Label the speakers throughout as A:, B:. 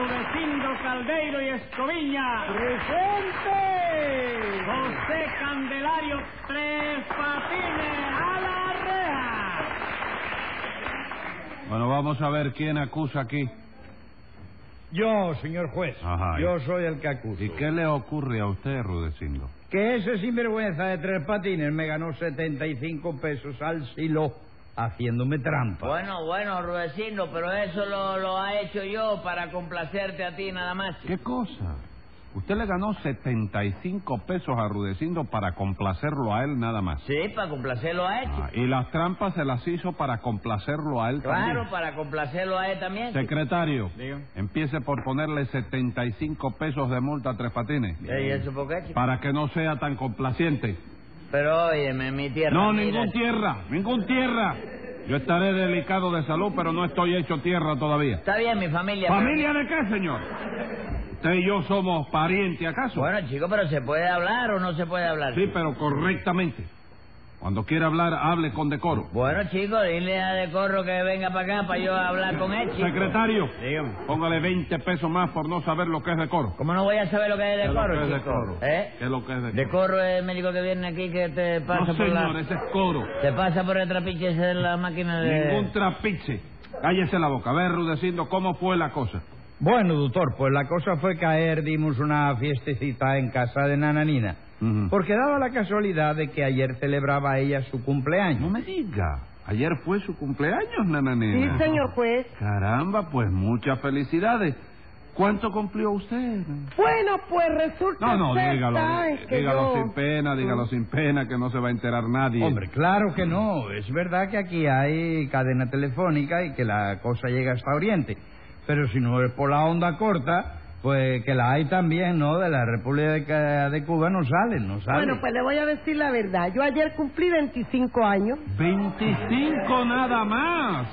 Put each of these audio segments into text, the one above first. A: Rudecindo Caldeiro y Escoviña.
B: ¡Presente!
A: José Candelario Tres Patines a la reja.
C: Bueno, vamos a ver quién acusa aquí.
B: Yo, señor juez.
C: Ajá,
B: yo
C: ¿y-
B: soy el que acuso.
C: ¿Y qué le ocurre a usted, Rudecindo?
B: Que ese sinvergüenza de tres patines me ganó 75 pesos al silo Ah, haciéndome trampa.
D: Bueno, bueno, Rudecindo, pero eso lo, lo ha hecho yo para complacerte a ti nada más.
C: ¿Qué cosa? Usted le ganó 75 pesos a Rudecindo para complacerlo a él nada más.
D: Sí, para complacerlo a él.
C: Ah, y las trampas se las hizo para complacerlo a él
D: Claro,
C: también.
D: para complacerlo a él también.
C: Secretario,
B: Diga.
C: empiece por ponerle 75 pesos de multa a Tres Patines.
D: Ey, eso por qué, chico?
C: Para que no sea tan complaciente.
D: Pero óyeme, mi tierra.
C: Ah. No,
D: mira,
C: ningún tierra, ningún tierra. Yo estaré delicado de salud, pero no estoy hecho tierra todavía.
D: Está bien, mi familia. pero-
C: ¿Familia de qué, señor? Usted y yo somos parientes, ¿acaso?
D: Bueno, chico, pero ¿se puede hablar o no se puede hablar?
C: Sí, pero correctamente. Cuando quiera hablar, hable con decoro.
D: Bueno, chico, dile a Decorro que venga para acá para yo hablar con él, chico.
C: Secretario,
B: Dígame.
C: póngale 20 pesos más por no saber lo que es decoro.
D: ¿Cómo no voy a saber lo que
C: ¿Qué
D: es
C: es lo que
D: Decorro,
C: es
D: chico?
C: decoro?
D: ¿Eh?
C: ¿Qué es lo que es decoro?
D: Decorro es el médico que viene aquí que te pasa
C: No,
D: por
C: señor,
D: la...
C: ese es coro.
D: Te pasa por el trapiche ese de la máquina de...
C: Ningún trapiche. Cállese la boca. A ver, Rudecindo, ¿cómo fue la cosa?
B: Bueno, doctor, pues la cosa fue caer, dimos una fiestecita en casa de Nananina.
C: Ujú.
B: Porque daba la casualidad de que ayer celebraba ella su
C: No
B: cumpleaños.
C: me diga. Ayer fue su cumpleaños, nananena.
E: Sí, señor juez.
C: Caramba, pues muchas felicidades. ¿Cuánto cumplió usted?
E: Bueno, pues resulta
C: No, no,
E: ser,
C: dígalo.
E: ¿sabes?
C: eh,
E: que Mm.
C: Dígalo
E: yo-
C: sin pena, dígalo sin pena, que no se va a enterar nadie.
B: Hombre, claro que no. Es verdad que aquí hay cadena telefónica y que la cosa llega hasta Oriente. Pero si no es por la onda corta, pues que la hay también, ¿no? De la República de Cuba no salen, no salen.
E: Bueno, pues le voy a decir la verdad. Yo ayer cumplí 25 años.
C: 25 nada más.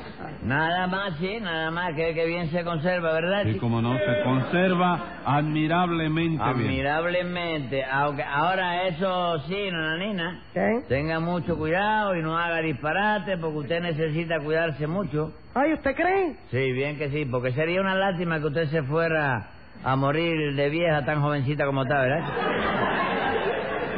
D: Nada más, sí, nada más, que, que bien se conserva, ¿verdad?
C: Y
D: chico?
C: como no, se conserva
D: Ah,
C: admirablemente bien.
D: Admirablemente, aunque ahora eso sí, nananina,
E: ¿eh?
D: tenga mucho cuidado y no haga disparate porque usted necesita cuidarse mucho.
E: Ay, ¿usted cree?
D: Sí, bien que sí, porque sería una lástima que usted se fuera a morir de vieja tan jovencita como está, ¿verdad?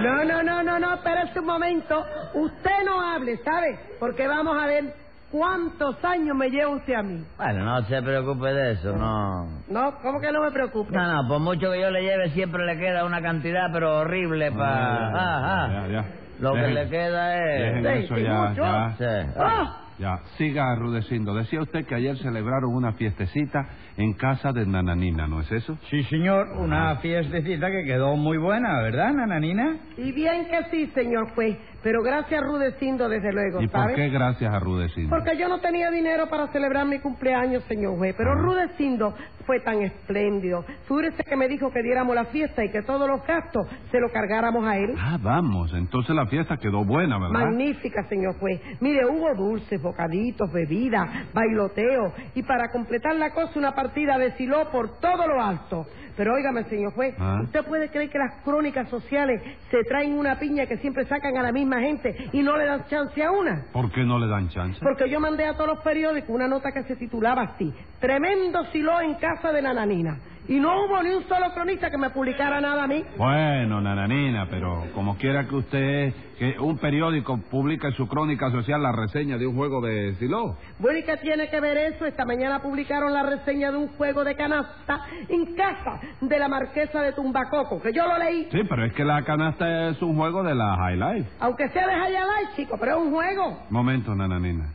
E: No, no, no, no, no, espérese un momento. Usted no hable, ¿sabe? Porque vamos a ver cuántos años me lleva usted a mí.
D: Bueno, no se preocupe de eso, no.
E: No, ¿cómo que no me preocupe?
D: No, no, por mucho que yo le lleve siempre le queda una cantidad pero horrible
B: Ah,
D: para...
C: Ah, Ya, ya.
D: Lo que
C: Dejen-
D: le queda es...
C: dejen eso
E: Sí,
C: ya,
E: mucho.
C: ya.
D: Sí.
E: ¡Ah!
C: Ya, siga arrudeciendo. Decía usted que ayer celebraron una fiestecita en casa de Nananina, ¿no es eso?
B: Sí, señor,
D: Ah.
B: una fiestecita que quedó muy buena, ¿verdad, Nananina?
E: Y bien que sí, señor juez. Pero gracias, Rudecindo, desde luego,
C: ¿Y por
E: ¿sabe?
C: qué gracias arrudeciendo?
E: Porque yo no tenía dinero para celebrar mi cumpleaños, señor juez. Pero Rudecindo fue tan espléndido. Fíjese que me dijo que diéramos la fiesta y que todos los gastos se lo cargáramos a él.
C: Ah, vamos, entonces la fiesta quedó buena, ¿verdad?
E: Magnífica, señor juez. Mire, hubo dulces, bocaditos, bebidas, bailoteo y para completar la cosa una partida de siló por todo lo alto. Pero óigame, señor juez,
C: Ah.
E: ¿usted puede creer que las crónicas sociales se traen una piña que siempre sacan a la misma gente y no le dan chance a una?
C: ¿Por qué no le dan chance?
E: Porque yo mandé a todos los periódicos una nota que se titulaba así, Tremendo siló en casa de Nananina. Y no hubo ni un solo cronista que me publicara nada a mí.
C: Bueno, Nananina, pero como quiera que usted es, que un periódico publica en su crónica social la reseña de un juego de Silo.
E: Bueno, ¿y qué tiene que ver eso? Esta mañana publicaron la reseña de un juego de canasta en casa de la marquesa de Tumbacoco, que yo lo leí.
C: Sí, pero es que la canasta es un juego de la High Life.
E: Aunque sea de Hayalay, chico, pero es un juego.
C: Momento, Nananina.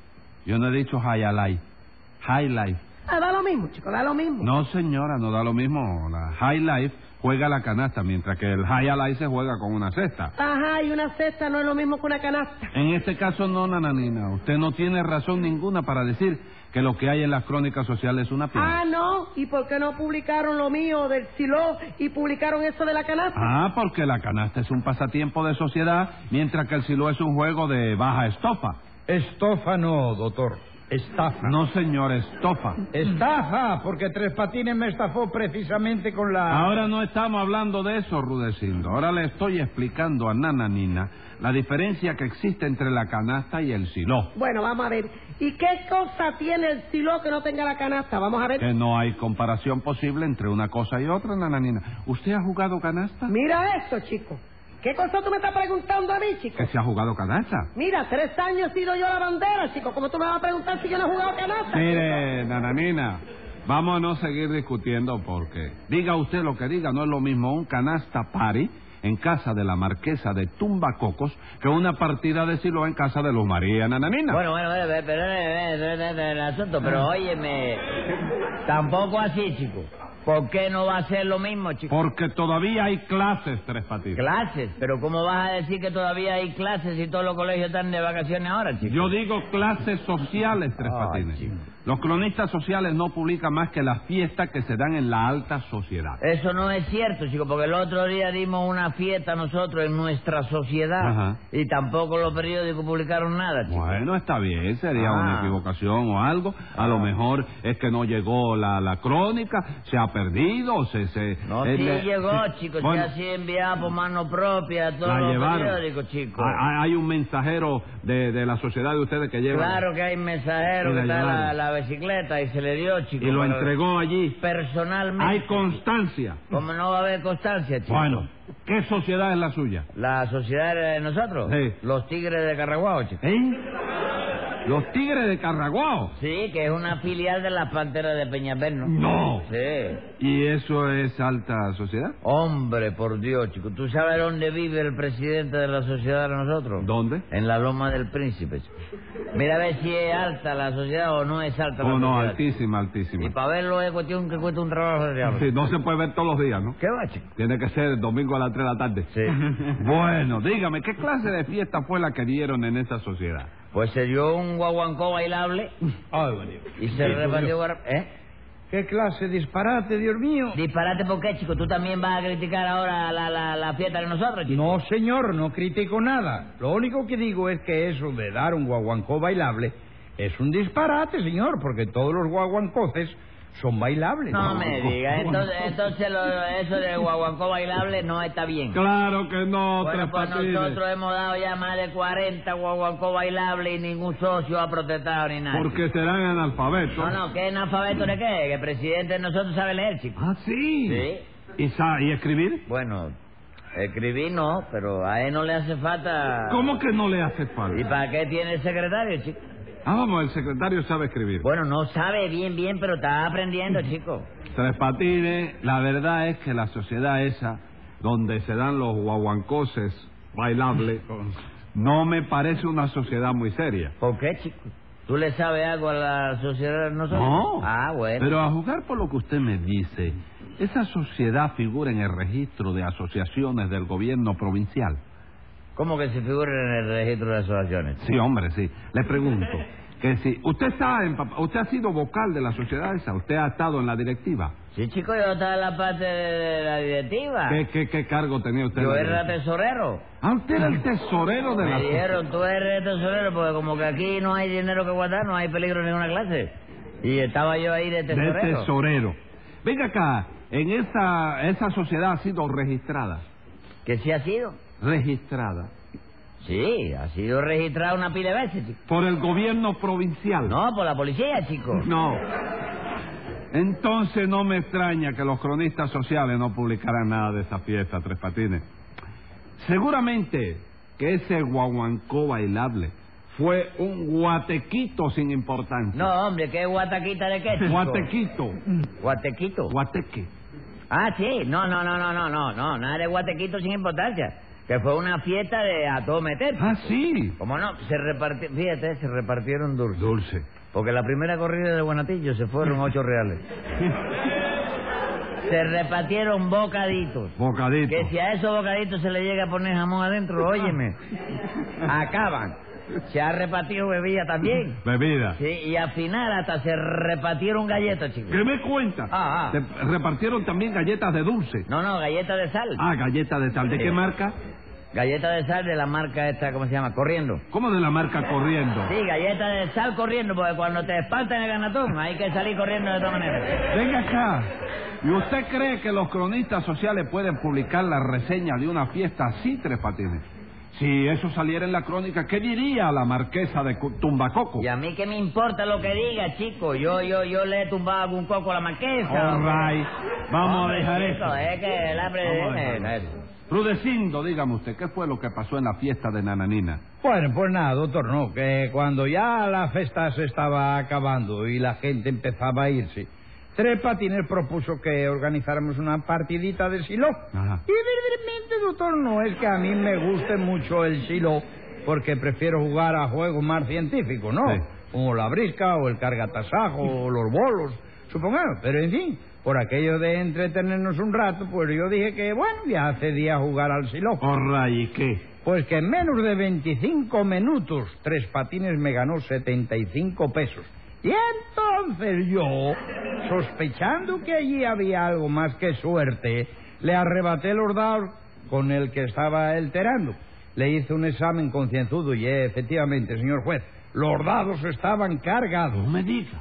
C: Yo no he dicho High Life. High Life.
E: Ah, da lo mismo, chico, da lo mismo.
C: No, señora, no da lo mismo. La High Life juega la canasta, mientras que el High Life se juega con una cesta.
E: Ajá, y una cesta no es lo mismo que una canasta.
C: En este caso no, nananina. Usted no tiene razón ninguna para decir que lo que hay en las crónicas sociales es una
E: Ah,
C: piña.
E: no, ¿y por qué no publicaron lo mío del siló y publicaron eso de la canasta?
C: Ah, porque la canasta es un pasatiempo de sociedad, mientras que el silo es un juego de baja estopa.
B: Estofa no, doctor. Estafa.
C: No, señor, estofa.
B: Estafa, porque Tres Patines me estafó precisamente con la...
C: Ahora no estamos hablando de eso, Rudecindo. Ahora le estoy explicando a Nana Nina la diferencia que existe entre la canasta y el silo.
E: Bueno, vamos a ver. ¿Y qué cosa tiene el silo que no tenga la canasta? Vamos a ver.
C: Que no hay comparación posible entre una cosa y otra, Nana Nina. ¿Usted ha jugado canasta?
E: Mira esto, chico. ¿Qué cosa tú me estás preguntando a mí, chico?
C: ¿Que se ha jugado canasta?
E: Mira, tres años he sido yo la bandera, chico. ¿Cómo tú me vas a preguntar si yo no he jugado canasta?
C: Mire, nananina, vamos a no seguir discutiendo porque, diga usted lo que diga, no es lo mismo un canasta party en casa de la marquesa de Tumbacocos que una partida de silo en casa de Luz María Nananina.
D: Bueno, bueno, bueno, pero, pero, pero, pero, el asunto,
B: Ah.
D: pero óyeme, tampoco así, chico. ¿Por qué no va a ser lo mismo, chico?
C: Porque todavía hay clases, Tres Patines.
D: Clases, pero ¿cómo vas a decir que todavía hay clases si todos los colegios están de vacaciones ahora, chico?
C: Yo digo clases sociales, Tres
D: Ay,
C: Patines.
D: chico.
C: Los cronistas sociales no publican más que las fiestas que se dan en la alta sociedad.
D: Eso no es cierto, chico, porque el otro día dimos una fiesta nosotros en nuestra sociedad
C: Ajá.
D: y tampoco los periódicos publicaron nada, chico.
C: Bueno, está bien, sería
D: Ah.
C: una equivocación o algo. A lo mejor es que no llegó la, la crónica, se ha perdido, se... se
D: No,
C: eh,
D: sí
C: le-
D: llegó, chico,
C: Bueno,
D: sí así enviado por mano propia a todos
C: la
D: los
C: llevaron.
D: periódicos, chico.
C: Ha- ha- Hay un mensajero de, de la sociedad de ustedes que lleva...
D: Claro que hay mensajero
C: Sí, la
D: que está la,
C: llevaron.
D: la bicicleta y se le dio, chico.
C: Y lo
D: pero
C: entregó allí.
D: Personalmente.
C: Hay constancia.
D: Como no va a haber constancia, chico.
C: Bueno, ¿qué sociedad es la suya?
D: La sociedad era de nosotros.
C: Sí.
D: Los Tigres de Carraguao, chico.
C: ¿Eh? Los Tigres de Carraguao.
D: Sí, que es una filial de las Panteras de Peñaperno.
C: No.
D: Sí.
C: ¿Y eso es alta sociedad?
D: Hombre, por Dios, chico. ¿Tú sabes dónde vive el presidente de la sociedad de nosotros?
C: ¿Dónde?
D: En la Loma del Príncipe, chico. Mira a ver si es alta la sociedad o no es alta la
C: Oh, no,
D: sociedad. chico.
C: altísima,
D: Y
C: altísima.
D: para verlo es cuestión que cuesta un trabajo de diablo.
C: Sí, no se puede ver todos los días, ¿no?
D: ¿Qué va, chico?
C: Tiene que ser el domingo a las 3 de la tarde.
D: Sí.
C: Bueno, dígame, ¿qué clase de fiesta fue la que dieron en esta sociedad?
D: Pues se dio un guaguancó bailable
B: Ay, bueno.
D: y se repartió... guar- ¿Eh?
B: ¿Qué clase de disparate, Dios mío?
D: Disparate, ¿por qué, chico? ¿Tú también vas a criticar ahora la, la, la fiesta de nosotros, chico?
B: No, señor, no critico nada. Lo único que digo es que eso de dar un guaguancó bailable es un disparate, señor, porque todos los guaguancoces son bailables.
D: No me digas, entonces, entonces lo- eso de guaguancó bailable no está bien.
C: Claro que no,
D: Bueno,
C: Tres
D: pues
C: Patines.
D: nosotros hemos dado ya más de 40 guaguancó bailables y ningún socio ha protestado ni nada.
C: Porque serán analfabetos.
D: No, no, ¿qué analfabeto de qué? Que el presidente de nosotros sabe leer, chico.
C: Ah, sí.
D: Sí.
C: ¿Y, sa- y escribir?
D: Bueno, escribí no, pero a él no le hace falta...
C: ¿Cómo que no le hace
D: ¿Y
C: falta?
D: para qué tiene el secretario, chico?
C: Ah, vamos, el secretario sabe escribir.
D: Bueno, no sabe bien, bien, pero está aprendiendo, chico.
C: Tres Patines, la verdad es que la sociedad esa, donde se dan los guaguancoses bailables, no me parece una sociedad muy seria.
D: ¿Por qué, chico? ¿Tú le sabes algo a la sociedad de nosotros?
C: No.
D: Ah, bueno.
C: Pero a jugar por lo que usted me dice, esa sociedad figura en el registro de asociaciones del gobierno provincial.
D: ¿Cómo que se figura en el registro de asociaciones?
C: Sí, hombre, sí. Le pregunto que si usted está en, usted ha sido vocal de la sociedad esa, usted ha estado en la directiva.
D: Sí, chico, yo estaba en la parte de la directiva.
C: ¿Qué, qué, qué cargo tenía usted? en
D: Ah. Yo
C: la
D: era
C: directiva?
D: tesorero.
C: Ah, usted era el tesorero de la
D: Me
C: sociedad.
D: dijeron, tú eres tesorero, porque como que aquí no hay dinero que guardar, no hay peligro en ninguna clase. Y estaba yo ahí de tesorero.
C: De tesorero. Venga acá, en esa, esa sociedad ha sido registrada.
D: ¿Que sí ha sido?
C: Registrada.
D: Sí, ha sido registrado una pila de veces, chico.
C: Por el gobierno provincial.
D: No, por la policía, chico.
C: No. Entonces no me extraña que los cronistas sociales no publicaran nada de esa fiesta, Tres Patines. Seguramente que ese guaguancó bailable fue un guatequito sin importancia.
D: No, Mm. hombre, ¿qué guataquita de qué, chico?
C: Guatequito.
D: Guatequito.
C: Guateque.
D: Ah, sí. No, no, no, no, no, no, no. Nada de guatequito sin importancia. Que fue una fiesta de a todo meter.
C: Ah, sí.
D: Como no, se repartieron, fíjate, se repartieron dulces.
C: Dulce.
D: Porque la primera corrida de Guanatillo se fueron ocho reales. se repartieron bocaditos.
C: Bocadito.
D: Que si a esos bocaditos se le llega a poner jamón adentro,
C: Ah.
D: óyeme, acaban. Se ha repartido bebida también.
C: Bebida.
D: Sí, y al final hasta se repartieron galletas, chicos.
C: ¿Qué me cuenta?
D: Ah, ah.
C: Te- repartieron también galletas de dulce.
D: No, no, galletas de sal.
C: Ah, galletas de tal. ¿De
D: Sí.
C: qué marca?
D: Galleta de sal de la marca esta, ¿cómo se llama? Corriendo.
C: ¿Cómo de la marca corriendo?
D: Sí, galleta de sal corriendo, porque cuando te espantan el ganatón hay que salir corriendo de todas maneras.
C: Venga acá. ¿Y usted cree que los cronistas sociales pueden publicar la reseña de una fiesta así, Tres Patines? Si eso saliera en la crónica, ¿qué diría la marquesa de Cu- Tumbacoco?
D: Y a mí que me importa lo que diga, chico. Yo, yo, yo le he tumbado algún coco a la marquesa.
C: All right. Vamos a
D: Hombre,
C: dejar
D: chico,
C: eso.
D: Es que la pre-
C: Vamos a dejarlo.
D: eh, eh,
C: Rudecindo, dígame usted, ¿qué fue lo que pasó en la fiesta de Nananina?
B: Bueno, pues nada, doctor, no, que cuando ya la fiesta se estaba acabando y la gente empezaba a irse, Tres Patines propuso que organizáramos una partidita de silo.
C: Ajá.
B: Y verdaderamente, doctor, no es que a mí me guste mucho el silo, porque prefiero jugar a juegos más científicos, ¿no?
C: Sí.
B: Como la brisca, o el cargatasajo, o los bolos, supongamos. Pero en fin, por aquello de entretenernos un rato, pues yo dije que, bueno, ya hace día jugar al silo.
C: Orra, ¿y qué?
B: Pues que en menos de 25 minutos, Tres Patines me ganó 75 pesos. Y entonces yo, sospechando que allí había algo más que suerte, le arrebaté los dados con el que estaba alterando. Le hice un examen concienzudo y efectivamente, señor juez, los dados estaban
C: No
B: cargados.
C: me diga.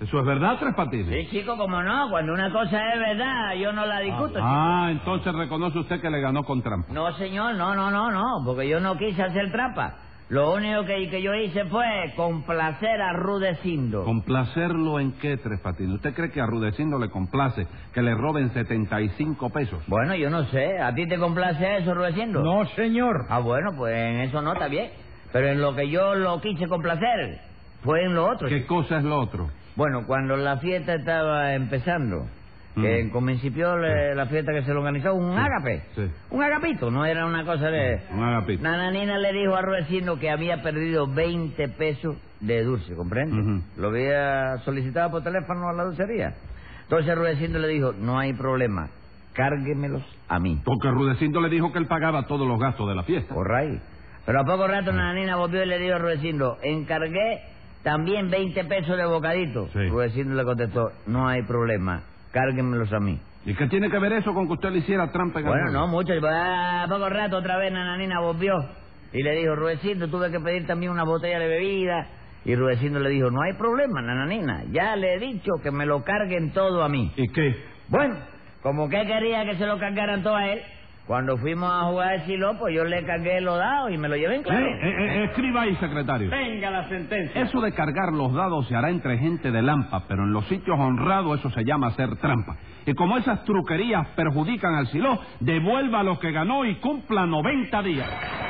C: ¿Eso es verdad, Tres Patines?
D: Sí, chico, como no. Cuando una cosa es verdad, yo no la discuto, chico.
C: Ah, entonces reconoce usted que le ganó con trampa.
D: No, señor, no, no, no, no, porque yo no quise hacer trampa. Lo único que, que yo hice fue complacer a Rudecindo.
C: ¿Complacerlo en qué, Tres Patines? ¿Usted cree que a Rudecindo le complace que le roben 75 pesos?
D: Bueno, yo no sé, ¿a ti te complace eso, Rudecindo?
B: No, señor.
D: Ah, bueno, pues en eso no, está bien. Pero en lo que yo lo quise complacer fue en lo otro.
C: ¿Qué cosa es lo otro?
D: Bueno, cuando la fiesta estaba empezando,
C: Mm.
D: que en principio le- la fiesta que se le organizó, un ágape.
C: sí.
D: Un agapito, no era una cosa de...
C: Un agapito.
D: Nananina le dijo a Ruecindo que había perdido 20 pesos de dulce, ¿comprende?
C: Ujú.
D: Lo había solicitado por teléfono a la dulcería. Entonces Ruecindo le dijo, no hay problema, cárguemelos a mí.
C: Porque Rudecindo le dijo que él pagaba todos los gastos de la fiesta.
D: Corray. Pero a poco rato Nananina volvió y le dijo a Ruecindo, encargué también 20 pesos de bocadito.
C: Sí.
D: Ruecindo le contestó, no hay problema, cárguemelos a mí.
C: ¿Y qué tiene que ver eso con que usted le hiciera trampa en el
D: Bueno, no
C: juego?
D: mucho. A poco rato otra vez Nananina volvió y le dijo, Rudecindo, tuve que pedir también una botella de bebida. Y Rudecindo le dijo, no hay problema, Nananina, ya le he dicho que me lo carguen todo a mí.
C: ¿Y qué?
D: Bueno, como que quería que se lo cargaran todo a él, cuando fuimos a jugar el silo, pues yo le cargué los dados y me lo llevé en claro.
C: Eh, eh, eh, escriba ahí, secretario.
A: Venga la sentencia.
C: Eso de cargar los dados se hará entre gente de lampa, pero en los sitios honrados eso se llama hacer trampa. Y como esas truquerías perjudican al siló, devuelva lo que ganó y cumpla 90 días.